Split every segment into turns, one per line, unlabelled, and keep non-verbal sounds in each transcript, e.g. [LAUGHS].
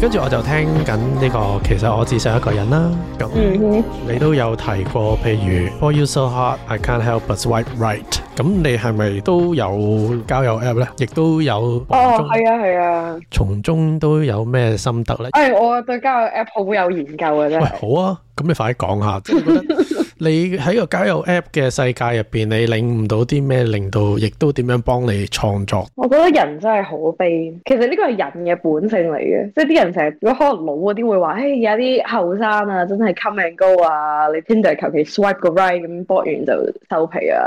跟住我就聽緊呢個，其實我只想一個人啦。咁
嗯哼，
你都有提過，譬如 For You So Hard, I Can't Help But Swipe Right。咁你係咪都有交友 app 咧？亦都有
哦，係啊，係啊，
從中都有咩心得咧？
哎，我對交友 app 好有研究嘅
喂，
真係。
好啊，咁你快啲講下，即係你
[LAUGHS]
覺得你喺個交友 app 嘅世界入邊，你領悟到啲咩，令到亦都點樣幫你創作？
我覺得人真係可悲，其實呢個係人嘅本性嚟嘅，即係啲人成日如果可能老嗰啲會話，誒有啲後生啊，真係 come and go 啊，你 Tinder 求其 swipe 個 right 咁搏完就收皮啊，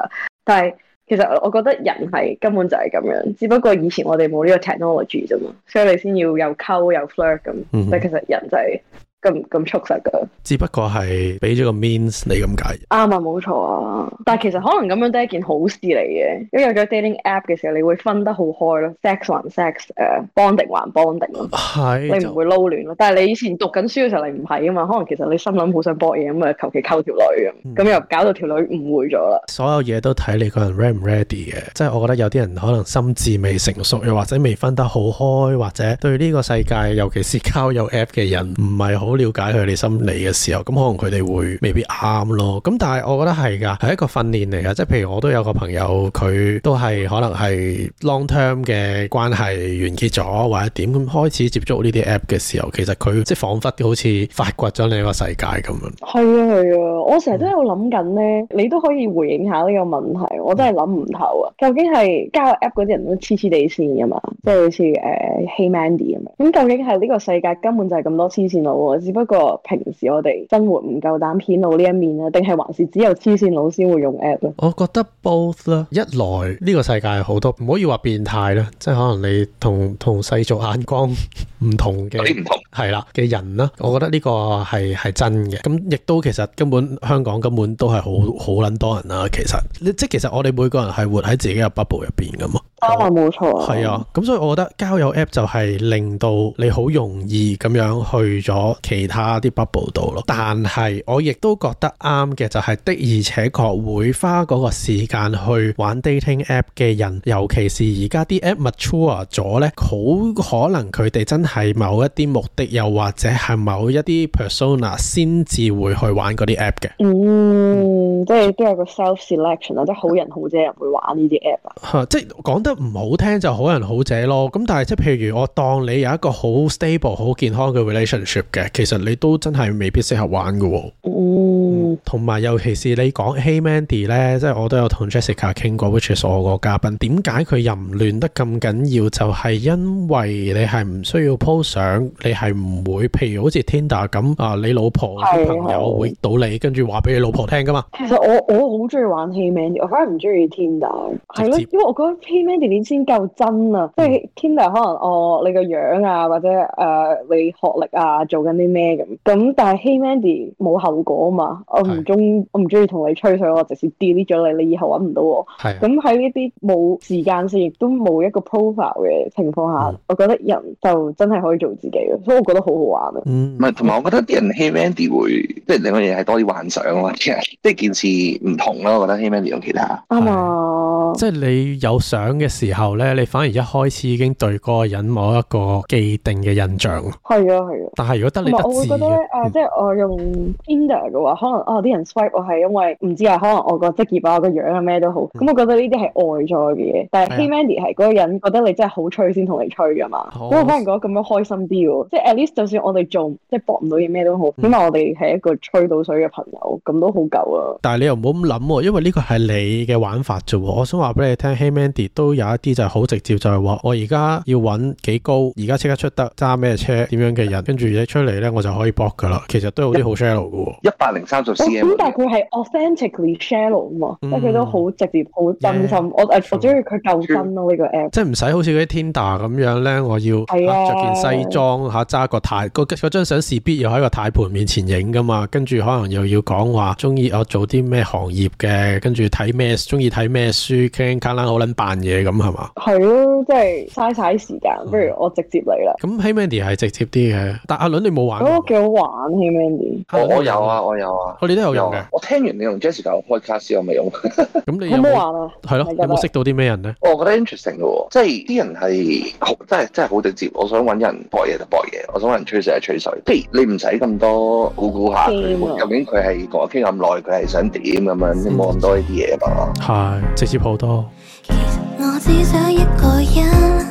但係其實我覺得人係根本就係咁樣，只不過以前我哋冇呢個 technology 啫嘛，所以你先要又溝又 flirt 咁，
嗯
但係其實人就係咁咁速實㗎。
只不過係俾咗個 means 你咁解。
啱啊，冇錯啊。但係其實可能咁樣都係一件好事嚟嘅，因為有咗 dating app 嘅時候，你會分得好開咯，sex 還 sex，誒、bonding 還 bonding 咯，
係
你唔會撈亂咯。但係你以前讀緊書嘅時候，你唔係啊嘛，可能其實你心諗好想搏嘢咁啊，求其溝條女咁，咁、又搞到條女誤會咗啦。
所有嘢都睇你個人 ready 唔 ready 嘅，即係我覺得有啲人可能心智未成熟，又或者未分得好開，或者對呢個世界，尤其是交友 app 嘅人， [LAUGHS] 唔係好了解佢哋心理嘅時候，咁可能佢哋會未必啱咯。咁但係我覺得係㗎，係一個訓練嚟㗎。即係譬如我都有個朋友，佢都係可能係 long term 嘅關係完結咗，或者點咁開始接觸呢啲 app 嘅時候，其實佢即係彷彿好似發掘咗另一個世界咁樣。
係啊係啊，我成日都有諗緊咧，你都可以回應下呢個問題，我真係諗唔透啊！究竟係交友 app 嗰啲人都黐黐地線噶嘛，即係好似誒呃 Hey Mandy 咁樣。咁究竟係呢個世界根本就係咁多黐線佬喎？只不過平時我哋生活唔夠膽顯露呢一面啊，定係還是只有黐線佬先會用 app 啊咧？
我覺得 both 啦，一來呢個世界有好多唔可以話變態啦，即係可能你同同世俗眼光 [LAUGHS] 唔同
有
嘅
啲唔同。
係啦嘅人啦，我覺得呢個係係真嘅。咁亦都其實根本香港根本都係好好撚多人啦。其實你即係其實我哋每個人係活喺自己嘅 bubble 入邊噶嘛。
啱啊，冇錯啊。
係啊，咁所以我覺得交友 app 就係令到你好容易咁樣去咗其他啲 bubble 度咯。但係我亦都覺得啱嘅就係的而且確會花嗰個時間去玩 dating app 嘅人，尤其是而家啲 app mature 咗呢，好可能佢哋真係某一啲目的，又或者係某一啲 persona 先至會去玩嗰啲 app 嘅。
嗯，即係都有個 self selection 啊，即係好人好姐人會玩呢啲 app 啊。
嚇即係講得唔好聽就好人好者咯。咁但係即係譬如我當你有一個好 stable、好健康嘅 relationship 嘅，其實你都真係未必適合玩嘅喎。
嗯，
同埋尤其是你講 Hey Mandy 咧，即係我都有同 Jessica 傾過，which is 我個嘉賓。點解佢淫亂得咁緊要？就係、因為你係唔需要 po 相，你係唔會譬如好似 Tinder 咁啊，你老婆啲
係
朋友
係
會到你，跟住話俾你老婆聽噶嘛。
其實我我好中意玩 Hey Mandy，我反而唔中意 Tinder，係咯
直接，嗯
因為我覺得 Hey Mandy 你先夠真啊，即係 Tinder 可能哦你個樣啊，或者誒、呃你學歷啊，做緊啲咩咁，咁但係 Hey Mandy 冇後果啊嘛，我唔
係
中我唔中意同你吹水，我直接 delete 咗你，你以後揾唔到我。
係啊
咁喺呢啲冇時間性，亦都冇一個 profile 嘅情況下，
嗯
我覺得人就真係可以做自己嘅，所以我覺得好好玩啊。
嗯
唔係，同埋我覺得啲人 Hey Mandy 會，即係另外嘢係多啲幻想啊嘛，即係即係件事唔同咯。我覺得 Hey Mandy 同其他，
啱啊！
即係你有相嘅時候咧，你反而一開始已經對嗰個人某一個既定嘅印象。
係啊，係啊。
但係如果得
同
你
埋
得
我會
字
覺得咧，啊，
嘅，嗯
即係我用 Tinder 嘅話，可能哦啲人 swipe 我係因為唔知啊，可能我個職業啊、我個樣啊咩都好，咁我覺得呢啲係外在嘅嘢。但
嗯係
係
啊
Hey Mandy 係嗰個人覺得你真係好吹先同你吹噶嘛，
好
咁我反而覺得咁樣開心啲喎。即係 at least 就算我哋做即係搏唔到嘢咩都好，
嗯
起碼我哋係一個吹到水嘅朋友，咁都好夠啊。
但係你又唔好咁諗喎，因為呢個係你嘅玩法啫喎。我想話俾你聽，Hey Mandy 都有一啲就係好直接，就係話我而家要揾幾高，而家即刻出得揸咩車，點樣嘅人，跟住你出嚟咧我就可以 block 噶啦。其實都有啲好 shallow 嘅喎。
一百零三十
哦
cm
咁但係佢係 authentically shallow 啊嘛，
嗯
即係佢都好直接、好真心。
Yeah，
我誒我
true
中意佢夠真咯呢個 app。
即係唔使好似嗰啲 Tinder 咁樣咧，我要
係啊
嚇着件西裝嚇揸個太嗰嗰張相事必要喺個太盤面前影噶嘛，跟住可能又要講話中意我做啲咩行業嘅，跟住睇咩中意睇咩書，傾卡啦好撚扮嘢咁係嘛？
係咯，即係嘥晒時間，不如我直接嚟啦。
咁 Hey Mandy 係直接啲嘅，但阿倫你冇玩啊
嗰
過
個幾好玩，Hey Mandy。
我我有啊，我有啊，
我你都有用嘅，
我聽完你同 Jessica 嘅 podcast 我咪用， [LAUGHS]
咁你
好
有
唔
冇
好玩啊？
係咯？
你
有
覺得
冇識到啲咩人咧？
我覺得 interesting 嘅喎，即係啲人係好真係真係好直接，我想揾人博嘢就博嘢，我想揾人吹水就吹水，即係你唔使咁多估估下佢
嗯
究竟佢係講傾咁耐，佢係想點咁樣，你冇咁多呢啲嘢啊嘛。
係直接好多。
其實我只想一個人，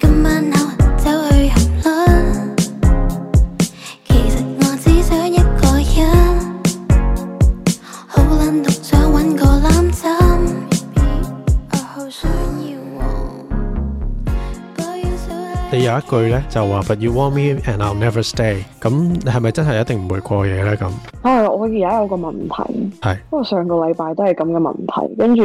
今晚我走去合啦。其實我只想一個人，好撚獨想揾個攬枕。我好想要我，不要少一
你有一句咧就話，But you want me and I'll never stay。咁你係咪真係一定唔會過夜咧？咁
啊，我而家有個問題，
係
不過上個禮拜都係咁嘅問題，跟住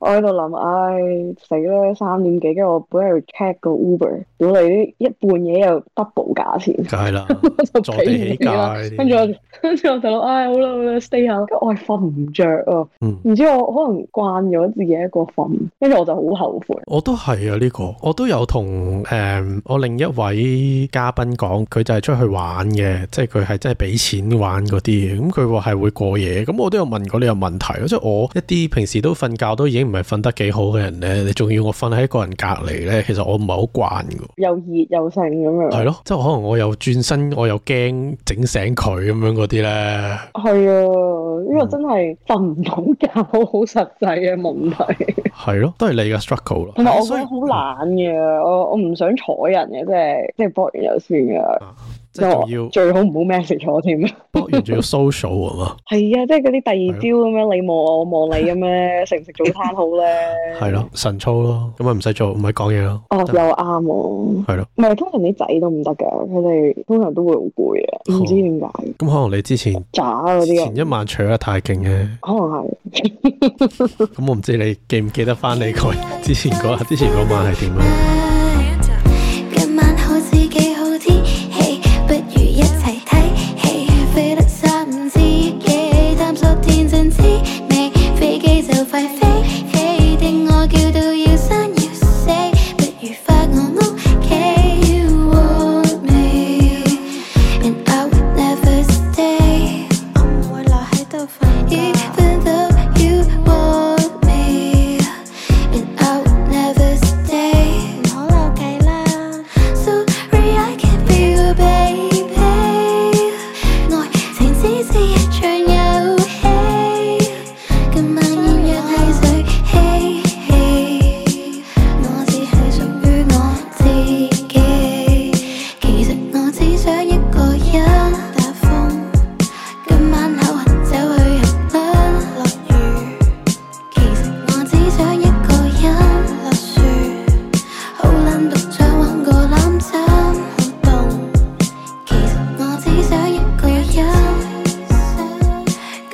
我喺度諗，唉死啦，三點幾，跟住我本嚟 check 個 Uber，屌你啲一半夜又 double 價錢， [LAUGHS]
梗係啦，
我就
坐地
俾
起
唔起
價
啦。
呢啲
啊
[LAUGHS]
跟住我，跟住我就諗，唉好啦好啦，stay 下啦，跟住我係瞓唔着啊，
嗯
唔知我可能慣咗自己一個瞓，跟住我就好後悔。
我都係啊！呢、個我都有同誒、嗯我另一位嘉賓講，佢就係出去玩嘅，即係佢係真係俾錢玩嗰啲嘅。咁佢話係會過夜，咁我都有問過呢個問題，即係我一啲平時都瞓覺都已經唔係瞓得幾好嘅人咧，你仲要我瞓喺一個人隔離咧，其實我唔係好慣嘅。
又熱又剩咁樣，
係咯，即係可能我又轉身，我又驚整醒佢咁樣嗰啲咧。
係啊，呢個真係瞓唔到覺，好實際嘅問題。
係咯，嗯都係你嘅 struggle 咯。
同埋我覺
所以
得好懶嘅，我我唔想睬人嘅，即係即係搏完就算嘅。
啊即係仲要
最好唔好 message 我添。係
搏完仲要 social 啊嘛，
啊，即係嗰啲第二朝咁樣，你望我，我望你咁樣，食唔食早餐好咧？
[LAUGHS] 係咯，神操咯，咁咪唔使做，唔使講嘢咯。
哦，又啱喎。
係咯，
唔係，通常啲仔都唔得㗎，佢哋通常都會好攰嘅，
哦
唔知點解，
咁可能你之前
渣嗰啲啊
前
人，
一晚搶得太勁嘅，
可能係。
咁我唔知你記唔記得翻你佢之前嗰之前嗰晚係點啊樣？
晚，今晚好似幾好天氣，不如一齊睇戲，飛得三五知己，探索天真滋味，飛機就快飛起，定我叫到要生要死，不如發我屋企。You want me and I would never stay，我唔會留喺度瞓覺。Even though you want me。And I would never stay. Sorry, I can't be your baby. 愛情只是一場遊戲，今晚演約係誰戲？我只係屬於我自己。其實我只想一個人打風，今晚口痕走去飲啦，落雨。其實我只想一個人落雪，好撚獨想揾個攬枕，好凍。其實我只想一個人，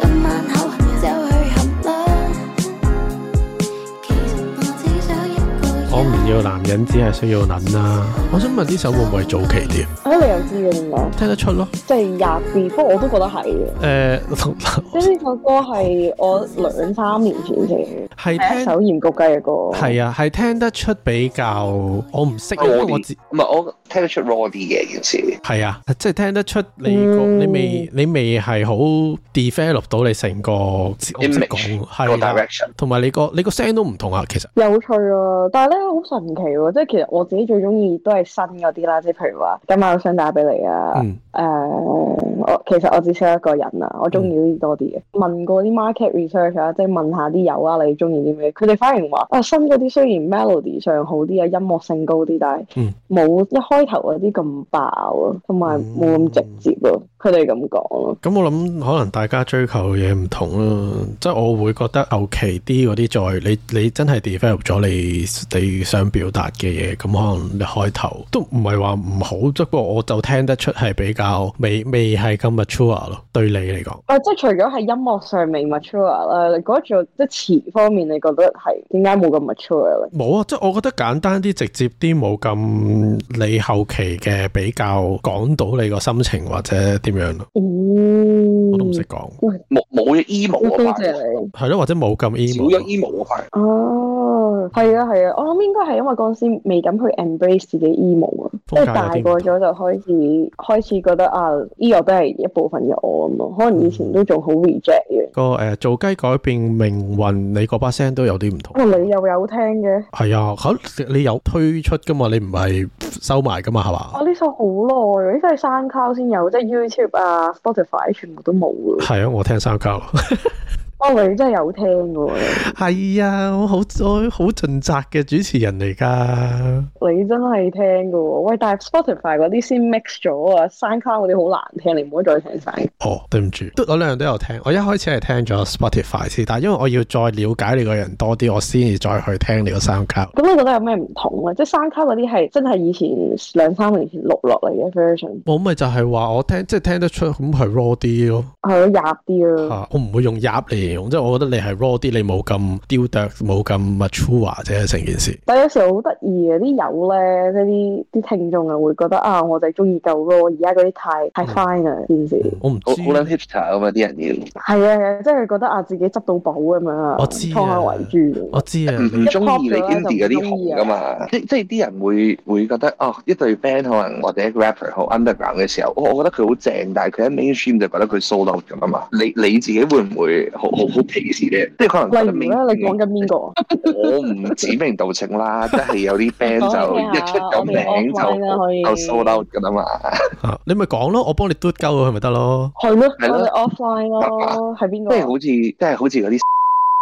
今晚口痕走去冚啦。其實我只想一個人。
我唔要男人，只係需要撚啦。我想問呢首會唔會係早期啲？
啊，你又知嘅點解？
聽得出咯。
即係廿字，不過我都覺得係嘅。
誒、
即係呢首歌係我兩三年前寫
係
嘅，第一
聽
首鹽焗雞嘅歌。
係啊，係聽得出比較我唔識，因為
raw
我
啲
自，
唔係啊我聽得出 raw 啲嘅件事。
係啊，即係聽得出你個
嗯
你未你未係好 develop 到你成個我唔識
Image
講
個
係啊啦，
direction
同埋你個你個聲都唔同啊，其實
有趣啊！但係咧好神奇喎、即係其實我自己最中意都係新嗰啲啦，即係譬如話今晚我想打俾你啊，誒、
嗯
我其實我只需要一個人啊，我中意呢啲多啲嘅。問過啲 market research 啊，即係問下啲友啊，你中意啲咩？佢哋反而話啊，新嗰啲雖然 melody 上好啲啊，音樂性高啲，但係
嗯
冇一開頭嗰啲咁爆啊，同埋冇咁直接咯。佢哋咁講啊咯。
咁我諗可能大家追求嘅嘢唔同咯，即係我會覺得後期啲嗰啲再你你真係 develop 咗你你想表達嘅嘢，咁可能你開頭都唔係話唔好，只不過我就聽得出係比較未未係咁 mature 咯，對你嚟講。
啊，即係除咗喺音樂上面 mature 啦，你覺得仲有即係詞方面，你覺得係點解冇咁 mature 咧？
冇啊，即係我覺得簡單啲、直接啲，冇咁你後期嘅比較講到你個心情或者點樣咯，
嗯，
我都唔識講，
冇冇咗 emo
多
嗰
謝
塊，
你。
係咯，或者冇咁
少
emo，
咗 emo 嗰塊。
哦，啊，係啊，係啊，我諗應該係因為嗰陣時未敢去 embrace 自己 emo 啊，即
風格有啲唔同
係大個咗就開始開始覺得啊，呢個都係一部分嘅我咁咯，可能以前都仲好 reject 嘅。
個诶呃做雞改變命運，你嗰把聲都有啲唔同。
哦，你又有聽嘅？
係啊，嚇你有推出噶嘛？你唔係收埋噶嘛？係嘛？
我哦呢首好耐，呢首係 SoundCloud 先有，即係 YouTube 啊、Spotify 全部都冇嘅。
係啊，我聽三交。 [LAUGHS]
哦，你真係有聽嘅喎，
係啊，我好我好盡責嘅主持人嚟㗎。
你真係聽嘅喎。喂，但係 Spotify 嗰啲先 mix 咗啊，SoundCloud 嗰啲好難聽，你唔好再聽晒。
哦，對唔住，都我兩樣都有聽。我一開始係聽咗 Spotify 先，但係因為我要再了解你個人多啲，我先至再去聽你個三交。
咁你覺得有咩唔同啊？即係山卡嗰啲係真係以前兩三年前錄落嚟嘅 version，
我咪就係話我聽即係聽得出咁係 raw 啲咯。
係咯，入啲咯。
啊我唔會用入嚟形容，即係我覺得你係 raw 啲，你冇咁雕琢，冇咁 mature 啫，成件事。
但有時候好得意嘅啲友咧，即係啲啲聽眾啊會覺得啊，我就係中意舊 raw，而家嗰啲太太 fine 啦，件事
我唔
好
知啊
好撚 hipster 咁嘛，啲人
係啊，係啊即係覺得啊自己執到寶咁樣啊，
我知啊
滄海遺珠。
我知啊，
要唔
你
中意你
一
indie 嗰啲紅噶嘛？即即係啲人會會覺得哦，一隊 band 可能或者一個 rapper 好 underground 嘅時候，我我覺得佢好正，但係佢喺 mainstream 就覺得佢 sold out 咁啊嘛。你你自己會唔會好好好鄙視咧？即係可能覺
例
得
如咧，你講緊邊個啊？
我唔指名道姓啦，即係有啲 band
講
就
嚟聽
一
下
出咗名
我哋 offline 啦可以
就就 sold out 噶啦嘛。
啊你咪講咯，我幫你嘟鳩佢咪得咯。
係咯，
係咯
我哋 offline 咯，係邊
即
個
係
啊？
好似即係好似嗰啲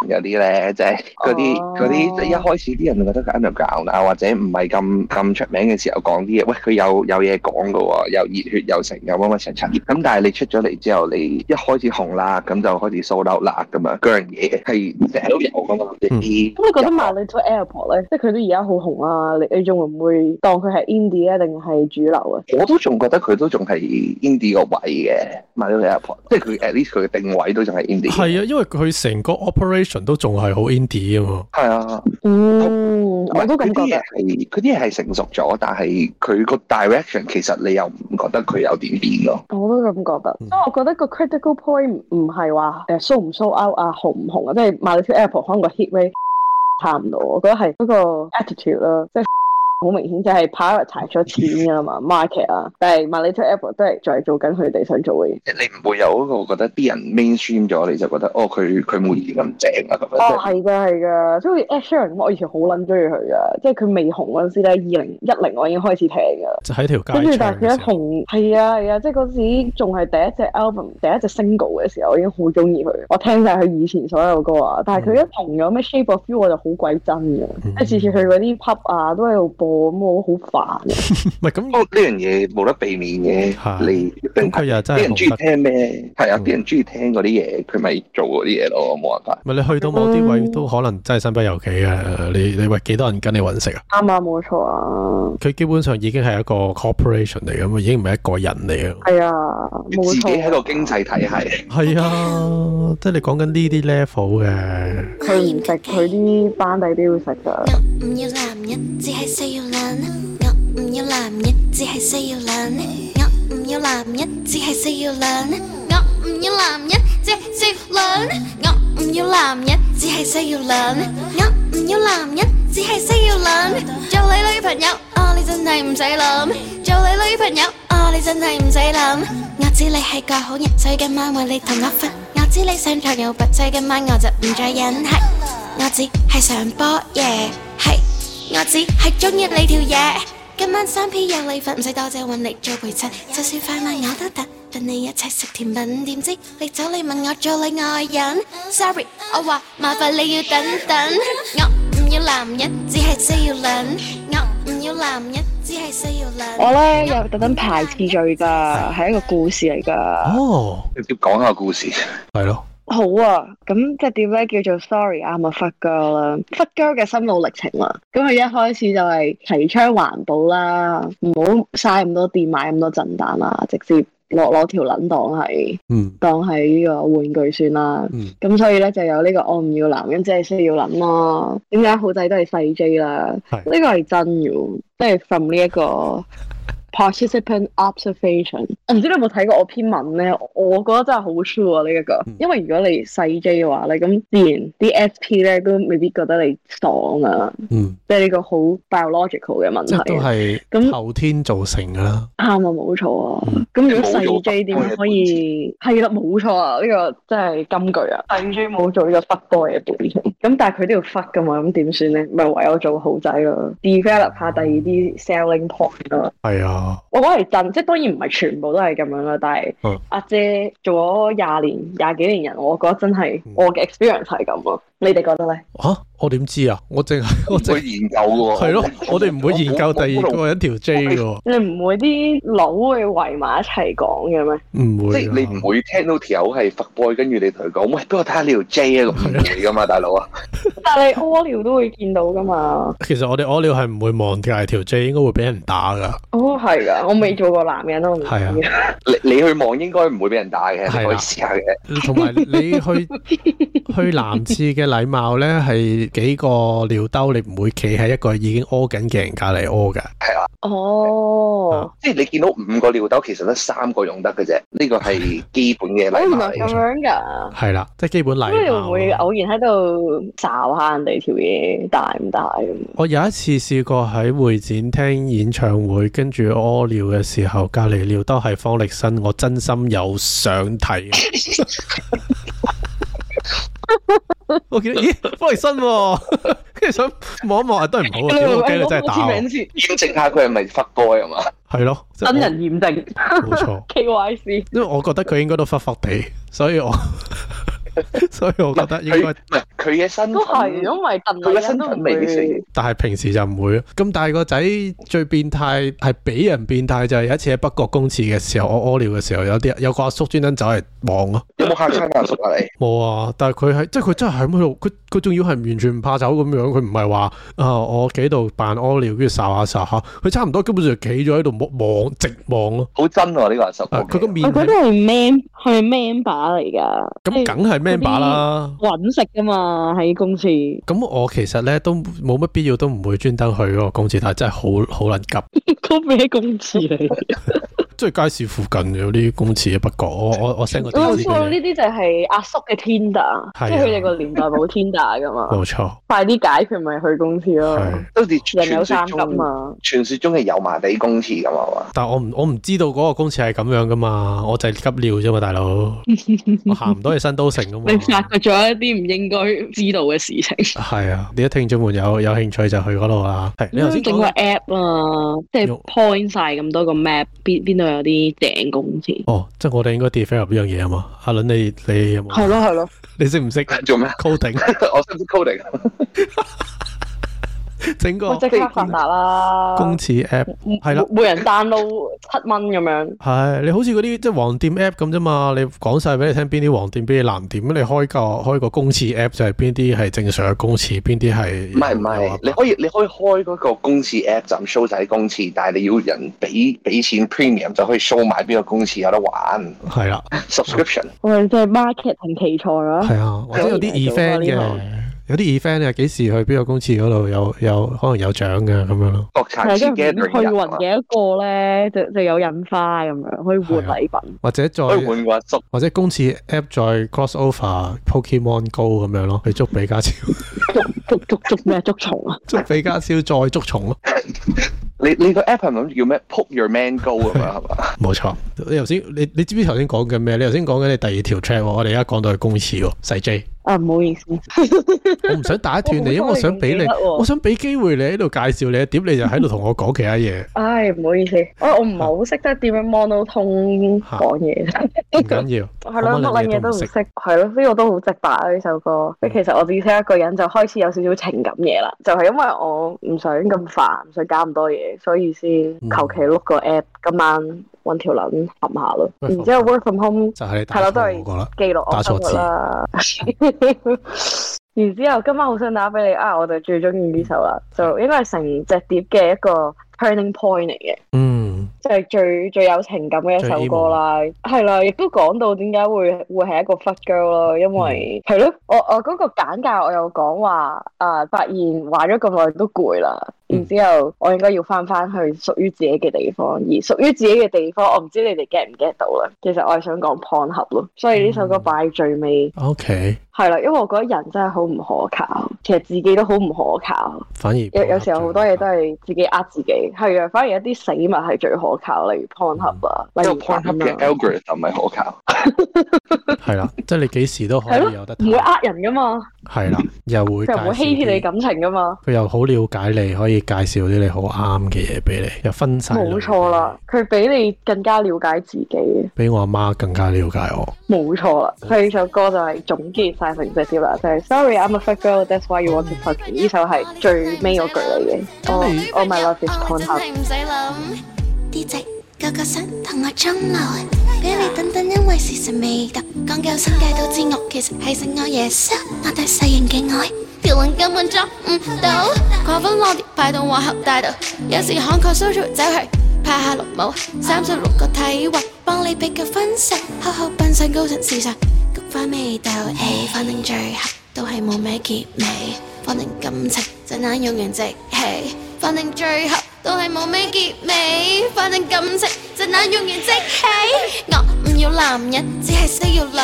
有啲咧，即係嗰啲
哦
嗰啲，即係一開始啲人覺得佢 underground 啊，或者唔係咁咁出名嘅時候講啲嘢，喂佢有有嘢講噶喎，又熱血又成又乜乜柒柒。咁但係你出咗嚟之後，你一開始紅啦，咁就開始 sold out 啦咁樣，嗰樣嘢係成日都有噶嘛，呢啲
咁你覺得 My Little Airport 咧，即係佢都而家好紅啊，你你仲會唔會當佢係 indie 啊，定係主流啊？
我都仲覺得佢都仲係 indie 個位嘅，買咗佢 Apple，即係佢 at least 佢嘅定位都仲係 indie。
係啊，因為佢成個 operation 都仲係好 indie 啊嘛。
係啊。
嗯，
唔係
我都咁
佢啲
覺
嘢
得。
係佢啲嘢係成熟咗，但係佢個 direction 其實你又唔覺得佢有點變咯。
我都咁覺得，
嗯
所以我覺得個 critical point 唔唔係話誒 show 唔 show out 啊，紅唔紅啊，即係 My Little Airport 可能個 hit rate 差唔到，我覺得係嗰個 attitude 啦，即係 [LAUGHS] 好明顯就係 prioritise 咗錢㗎啦嘛，market 啊，但係 My Little Airport 都係在做緊佢哋想做嘅嘢。
即係你唔會有嗰個覺得啲人 mainstream 咗，你就覺得哦佢佢冇以前咁正啊咁樣。
哦，
即係
係噶，係噶，即係好似 Ed Sheeran 咁，我以前好撚中意佢噶，即係佢未紅嗰陣時咧，二零一零我已經開始聽噶啦。
就喺條
跟住
街唱
但
嘅
係佢一
時候，
紅，係啊係啊，即係嗰時仲係第一隻 album、第一隻 single 嘅時候，我已經好中意佢，我聽晒佢以前所有歌啊。但係佢一紅咗咩 Shape of You，我就好鬼憎嘅，
嗯
即係次次去嗰啲 pub 啊都喺度播，咁我好煩啊。
唔係咁
不過哦呢樣嘢冇得避免
係
嘅，你一
咁
定
佢又真
啲
係
人中
冇
意
得。
聽咩？係啊，
嗯
啲人中意聽嗰啲嘢，佢咪做嗰啲嘢咯，冇辦法。
咪你去到某啲位都可能真係身不由己啊！你你喂幾多人跟你揾食啊？
啱啊，冇錯啊，
佢基本上已經係一個 corporation 嚟噶嘛，已經唔係一個人嚟啊。
係啊，冇
自己
錯
喺
啊。
個經濟體系，
係啊，即係你講緊呢啲 level 嘅。
佢唔食佢啲班底都要食㗎。
我唔要男人，只係需要懶。我唔要男人，只係需要懶。我唔要男人，只係需要懶。我唔要男人，只係需要懶。我唔要男人，只係需要懶。我唔要男人，只係需要懶。做你女朋友，啊你真係唔使諗。做你女朋友，啊你真係唔使諗。我知你係個好人，所以今晚為你同我瞓。我知你想長又拔，所以今晚我就唔再忍係。我只係上波耶，係我只係中意你條嘢。今晚三 P 有你份，唔使多謝揾你做陪襯，就算快慢我都得，跟你一齊食甜品。點知你走你問我做你愛人，sorry，我 oh 話麻煩你要等等。我唔要男人，只係需要撚。我唔要男人，只係需要撚。
我咧又特登排次序㗎，係一個故事嚟㗎。
哦，
直接講下故事。
係咯，
好啊，咁隻碟咧叫做 Sorry I'm a Fuck Girl 啦，Fuck Girl 嘅心路歷程啦。咁佢一開始就係提倡環保啦，唔好嘥咁多電買咁多震彈啦，直接落攞條撚當係
嗯
當係呢個玩具算啦。
嗯，
咁所以咧就有呢個我唔要男人，只係需要諗啦。點解好仔都係細 J 啦？呢
係 [LAUGHS]
個係真嘅喎，即係 from 呢一個 participant observation。唔知你有冇睇過我篇文咧？我覺得真係好 true 啊呢一個
嗯，
因為如果你細 J 嘅話咧，咁自然啲 SP 咧都未必覺得你爽啊，
嗯，
即係呢個好 biological 嘅問
即係
題
都
啊。
係
咁
後天造成噶啦。
啱啊，冇錯啊
嗯。
咁如果
冇做
細 J 點樣可以係啦，冇錯啊，呢個真係金句啊。細 J 冇做呢個 fuck boy 嘅本錢，咁但係佢都要 fuck 噶嘛，咁點算咧？咪唯有做好仔咯，develop 下第二啲 selling point 咯。
係啊，
我講係真，即係當然唔係全部都係咁樣啦，但係
嗯
阿姐做咗廿年、廿幾年人，我覺得真係
嗯
我嘅 experience 係咁咯。你哋覺得咧？
吓我點知啊？我淨
[LAUGHS]
係我淨
去研究嘅喎。
係咯，我哋唔會研究第二
我
個人條 J 嘅喎，
你唔會啲佬會圍埋一齊講嘅咩？
唔
即
會啊
係
㗎。
你唔會聽到條友係 fuck boy，跟住你同佢講，喂，俾我睇下你條 J 啊，咁唔會噶嘛，大佬啊，
但係你屙尿都會見到噶嘛？
其實我哋屙尿係唔會望界條 J，應該會俾人打噶。
哦，係㗎，我未做過男人咯，我唔知
係啊
你你去望應該唔會俾人打嘅，
係啦啊
你可以試下嘅。
同埋你去去男廁嘅禮貌咧，係幾個尿兜，你唔會企喺一個已經屙緊嘅人隔離屙㗎。
[LAUGHS] 哦，
即係你見到五個尿兜，其實得三個用得嘅啫，呢個係基本嘅
我
禮
啊哦原
貌
來
嚟
咁樣㗎。
係啦，即係基本禮
咁你會唔
貌啊
會
咯。
偶然喺度睄下人哋條嘢大唔大咁？
我有一次試過喺會展聽演唱會，跟住屙尿嘅時候，隔離尿兜係方力申，我真心有想睇。我見到咦，方力申喎，跟住想望一望，啊都係唔
[LAUGHS]
好啊，屌我
哎
驚佢真係打
簽
我
名，先，
驗證下佢係咪 fuck boy 啊嘛？
係咯，即係
真人驗 [LAUGHS] 證
我冇錯。
KYC。
因為我覺得佢應該都忽忽地，所以我 [LAUGHS] 所以我覺得應
佢
該，
唔係佢嘅身
都係，
份
如果唔係鄧麗欣都唔
佢嘅身份未必
會
成。
但係平時就唔會。咁但係個仔最變態係俾人變態，就係有一次喺北角公廁嘅時候，我屙尿嘅時候，有啲有個阿叔專登走嚟望咯，
有冇嚇親阿叔啊你？
冇啊！但係佢係即係佢真係喺嗰度，佢佢仲要係完全唔怕醜咁樣，佢唔係話啊我企度扮屙尿，跟住睄下睄下，佢差唔多根本就企咗喺度望望直望咯。
好真喎呢個阿叔，
啊佢個面
我覺
係
得係 man 係 man 把嚟㗎，
咁梗係 man 把啦。
揾食㗎嘛喺公司。
咁我其實咧都冇乜必要，都唔會專登去嗰個公廁，但係真係好好撚急，
[LAUGHS] 嗰咩公司嚟？ [LAUGHS]
即係街市附近有啲公廁嘅不過我我我 send 個地
我
址
知
俾
道呢
你。
啲就係阿叔嘅 Tinder，
係啊
即係佢哋個年代冇 Tinder 㗎嘛。
冇錯，
快啲解決咪去公司咯，
係，
都似
人有三
傳
急
說中
嘛。
傳說中嘅油麻地公廁咁啊嘛，
但係我唔我唔知道嗰個公廁係咁樣噶嘛，我就係急尿啫嘛，大
[LAUGHS]
佬，我行唔到去新都城噶嘛。
你發覺咗一啲唔應該知道嘅事情。
係啊，你啲聽眾們有有興趣就去嗰度啊。係你頭
[LAUGHS]
先
整
講
個 app 啦，即係
用
point 晒咁多個 map，邊邊度有啲正公廁。
哦，即係我哋應該 develop 呢樣嘢啊嘛。阿倫，你你有冇？
咯係咯，
你識唔識
做咩？ [LAUGHS]
coding？
[LAUGHS]
我識唔識 coding？
整個
我即刻發達啦！
公廁 app 係啦。
每每人 download 七蚊咁樣，
係，你好似嗰啲即係黃店 app 咁啫嘛，你講晒俾你聽邊啲黃店，邊啲藍店，咁你開個開個公廁 app 就係邊啲係正常嘅公廁，邊啲係
唔係唔
啊
係，你可以你可以開嗰個公廁 app 就咁 show 晒啲公廁，但係你要人俾俾錢 premium 就可以 show 埋邊個公廁有得玩
係啦，
subscription。
我哋真係 marketing 奇才啦！
係啊，或者有啲
有
event
呢
嘅
行，
有啲 event 啊，幾時去邊個公廁嗰度有有可能有獎嘅咁樣咯，
國產
係跟
設
住唔
gathering
去
人
雲
啊嘛，
嘅一個咧，就就有印花咁樣，可以換禮品。
或者再
可以換個叔，
或者公廁 app 再 cross over Pokemon Go 咁樣咯，去捉比加超， [LAUGHS]
捉捉捉咩？捉蟲啊！
捉比加超再捉蟲咯，
你你個 app 係咪諗住叫咩？Pop your man go 咁嘛，係嘛？
冇錯。你頭先你你知唔知頭先講緊咩？你頭先講緊你第二條 track，喎我哋而家講到去公廁喎，細 J。
啊，唔好意思，
我唔想打斷你，因為我想俾你，我想俾機會你喺度介紹你一點，你就喺度同我講其他嘢，
唉，唔好意思，我我唔係好識得點樣 monotone
嚇
講 [LAUGHS] 嘢，
唔緊要。
係咯，
乜
乜
撚
撚
嘢都
嘢都
唔
唔
識
識，係咯，呢個都好直白啊！呢首歌，即係其實我自己一個人就開始有少少情感嘢啦，就係因為我唔想咁煩，唔想搞咁多嘢，所以先
嗯
求其碌個 app，今晚揾條撚冚下咯，
Work from
然之後 work from home
就係你打
係啦都
錯
係
我個啦，
記錄我生活啦。 [LAUGHS] 然之後今晚好想打俾你啊！我就最中意呢首啦，就應該係成隻碟嘅一個 turning point 嚟嘅。
嗯，
即係最最有情感嘅一首歌啦，係啦，亦都講到點解會會係一個 fuck girl 咯，因為係咯，我我嗰個簡介我有講話啊，發現玩咗咁耐都攰啦，
嗯
然之後我應該要翻翻去屬於自己嘅地方，而屬於自己嘅地方，我唔知你哋 get 唔 get 到啦。其實我係想講 Pornhub 咯，所以呢首歌擺最尾
OK，
係啦，因為我覺得人真係好唔可靠，其實自己都好唔可靠。
反而
有有時候好多嘢都係自己呃自己，係啊，反而一啲死物係最可靠，例如 Pornhub 啊，例
嗯因為
如
Pornhub
咁
嘅
啊，
algorithm 咪可靠，
係
[LAUGHS]
啦，即係你幾時都可
係咯
以有得
唔會
睇，
呃人噶嘛，
係啦，又會
佢又唔
介紹
會欺騙你
啲
感情噶嘛，
佢又好了解你，可以介紹啲你好啱嘅嘢俾你，又分晒類
冇錯啦，佢比你更加了解自己，
俾你，比我阿媽更加了解我。
冇錯啦。佢呢首歌就係總結晒成隻碟啦，就係 Sorry I'm a fat girl, that's why you want to fuck me。呢首係最尾嗰句嚟嘅
我
Oh, oh my love is
我真
Pornhub。
係唔使諗。啲仔個個想同我鐘樓，俾你等等，因為事實未得。講究新界都知我其實係食我耶穌，我對世人嘅愛，條輪根本捉唔到。狂奔落蝶派到皇后大道，有時慷慨 social 走去拍下綠帽，三十六個體位幫你比較分數，口口奔上高層時尚，菊花味道，誒，反正最後都係冇咩結尾。反正感情就那樣樣直氣，反正最後都係冇咩結尾，反正感情就那樣樣即氣。我唔要男人，只係需要撚；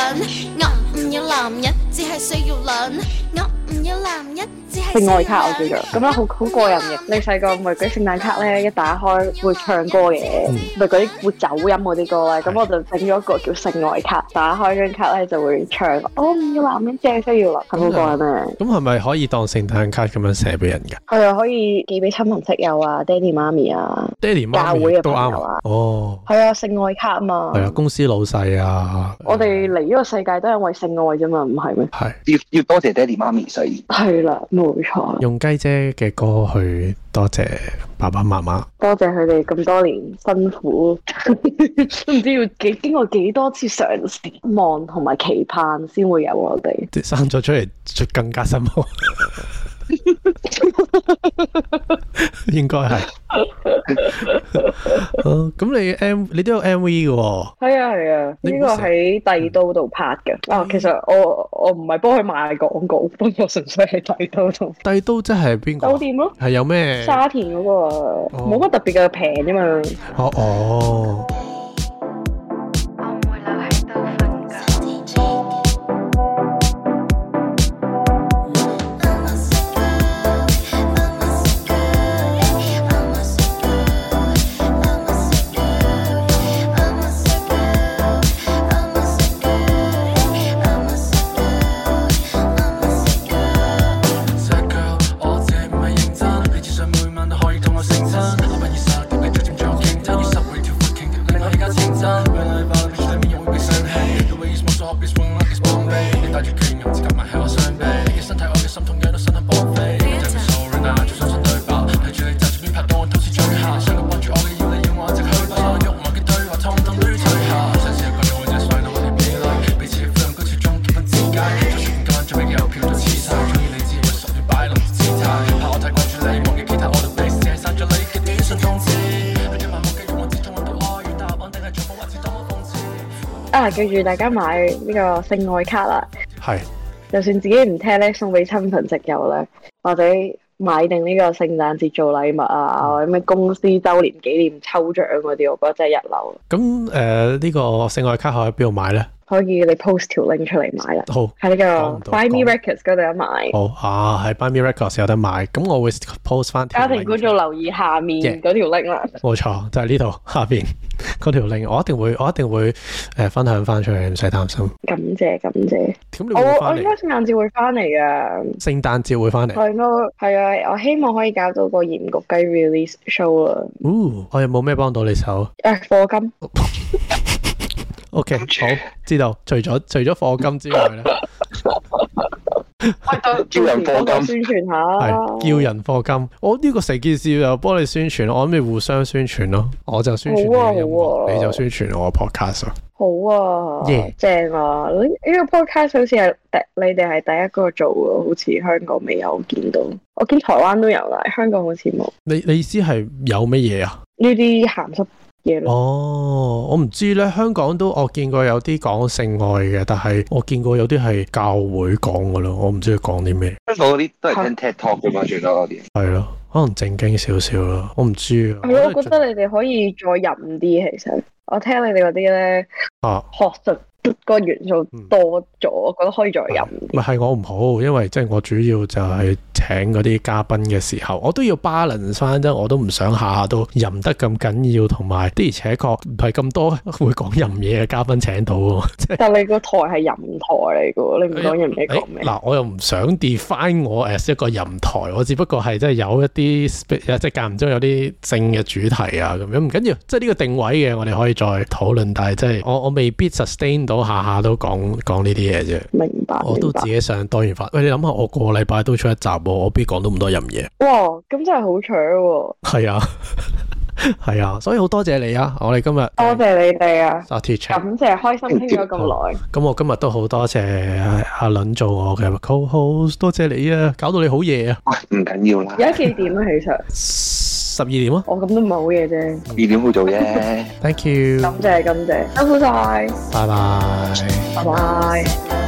我唔要男人，只係需要撚；我唔要男人，只係需
性
要
愛
撚
卡我叫
啊
做，咁樣好好
ừ,
過癮嘅。你細個咪嗰啲聖誕卡咧，一打開會唱歌嘅，
嗯
咪嗰啲會走音嗰啲歌啊咧。咁我就整咗個叫性愛卡，打開張卡咧就會唱，我唔要男人，只係需要男，係好過癮啊！
咁係咪可以當聖誕卡咁樣寫俾人㗎？
佢又可以寄俾親朋戚友啊、爹哋媽咪啊，
爹哋媽
教會
咪
嘅
都
朋
啱
友啊
啊。哦，
係啊，性愛卡啊嘛
係。啊，公司老細啊，
我哋嚟呢個世界都係因為性愛啫嘛，唔係咩？
係
要要多謝爹哋媽咪，所以
係啦，冇錯。
用雞姐嘅歌去多謝爸爸媽媽。
多謝佢哋咁多年辛 [LAUGHS] 苦，都唔知要幾經過幾多次嘗試、望同埋期盼，先會有我哋。
即係生咗出嚟，就更加辛苦。 [LAUGHS] 應該
[LAUGHS]
係。哦咁你 M 你都有 M V 嘅喎，
係啊係啊，
你
呢
唔
個
好成
喺帝都度拍嘅。啊，其實我我唔係幫佢賣廣告， [LAUGHS] 不過純粹係帝都度
帝都即係邊個
酒
啊？
店咯。
係有咩？
沙田嗰、個啊冇乜特別嘅平啫嘛，
哦哦，
我唔會留喺度瞓覺。
Sad girl，我這唔係認真，你至少每晚都可以同我成親。我不要殺毒，你最佔著我競爭。You stop way too fucking，令我而家清真。When I fall，你絕對面又會被傷氣。The way is more so obvious when luck is bomb bay。你帶住拳又唔知夾埋喺我傷悲。你嘅身體，我嘅心同樣都身痕荒飛。你真係 sorry 啦，最相信對白。睇住你就算邊拍檔，我都是最下。想你困住我嘅要你要我一直去吧。欲望嘅對話，通通都要取下。想試一個我真係想到我哋比例，彼此嘅 f r 高潮中結婚之間，就算唔乾，最尾嘅郵票都黐晒。中意你只會屬於擺弄姿態，怕我太關注你，忘記其他我都 base 寫曬咗你嘅短信通知。你一晚冇繼續，我之中揾到愛與答案，定係重複或者當我諷刺。
啊記住大家買呢個性愛卡啦，
係
就算自己唔聽咧，送俾親朋戚友咧，或者買定呢個聖誕節做禮物啊，
嗯
或者咩公司周年紀念抽獎嗰啲，我覺得真係一流。
咁誒呢個性愛卡可以喺邊度買咧？
可以你 post 條 link 出嚟買啦，
好。
喺
講
呢
唔
個
到
Buy Me
講
Records 嗰度有得買。
好啊，喺 Buy Me Records 有得買，咁我會 post 翻
家庭觀眾留意下面
Yeah
嗰條 link 啦。
冇錯，就係呢度下邊 [LAUGHS] 嗰條 link，我一定會，我一定會誒、呃分享翻出去，唔使擔心。
感謝感謝，
咁你
我
會唔會
我
翻
應該
嚟？
聖誕節會翻嚟噶，
聖誕節會翻嚟。
我應該係啊，我希望可以搞到個鹽焗雞 release show 啦。
哦，我有冇咩幫到你手
誒，課金
哦？OK，好，知道。除咗除咗課金之外
[LAUGHS]
咧，
叫人
到時幫
課
我
金，
宣傳
係
下，
叫人課金。我呢個成件事就幫你宣傳，我諗你互相宣傳咯。我就宣傳你
好啊
嘅音樂，
好啊
你就宣傳我嘅 podcast 咯。
好啊
Yeah
正啊！呢呢個 podcast 好似係第你哋係第一個做嘅，好似香港未有見到，我見台灣都有啦，香港好似冇
你你意思係有乜嘢啊？
呢啲鹹濕嘢咯。
哦，我唔知咧，香港都我見過有啲講性愛嘅，但係我見過有啲係教會講嘅咯，我唔知佢講啲咩，
香港嗰啲都係聽 TED Talk 噶嘛，最多嗰啲。
係咯，可能正經少少咯，我唔知啊。
係咯，我
覺
覺得你哋可以再入啲，其實我聽你哋嗰啲咧
啊，
學術個元素多咗，我覺得可以再入啲。
咪係我唔好，因為即係我主要就係請嗰啲嘉賓嘅時候，我都要 balance 翻啫，我都唔想下下都淫得咁緊要，同埋的而且確唔係咁多會講淫嘢嘅嘉賓請到喎。
但你個台係淫台嚟嘅喎，你唔講人哋講咩
誒？嗱，我又唔想 define 我 as 一個淫台，我只不過係即係有一啲 spe- 即係間唔中有啲性嘅主題啊咁樣，唔緊要，即係呢個定位嘅，我哋可以再討論。但係即係我我未必 sustain 到下下都講講呢啲嘢啫。
明白，
我都
明白
自。己想當然發，喂，你諗下，我個禮拜都出一集喎，我必講到咁多淫嘢。
哇，咁真係好搶喎！
係啊， [LAUGHS] 係啊，所以好多謝你啊！我哋今日
多謝你哋啊，
沙鐵 check。
感謝開心傾咗咁耐。
咁我今日都好多謝阿倫做我嘅 co-host，多謝你啊，搞到你好夜啊，
喂，唔緊要啦
而，家幾點啊？其實
十二點啊
我哦咁都唔係好嘢啫。
二點好做啫。
，thank you，
感謝感謝，辛苦晒，
拜拜。
拜拜。
Bye.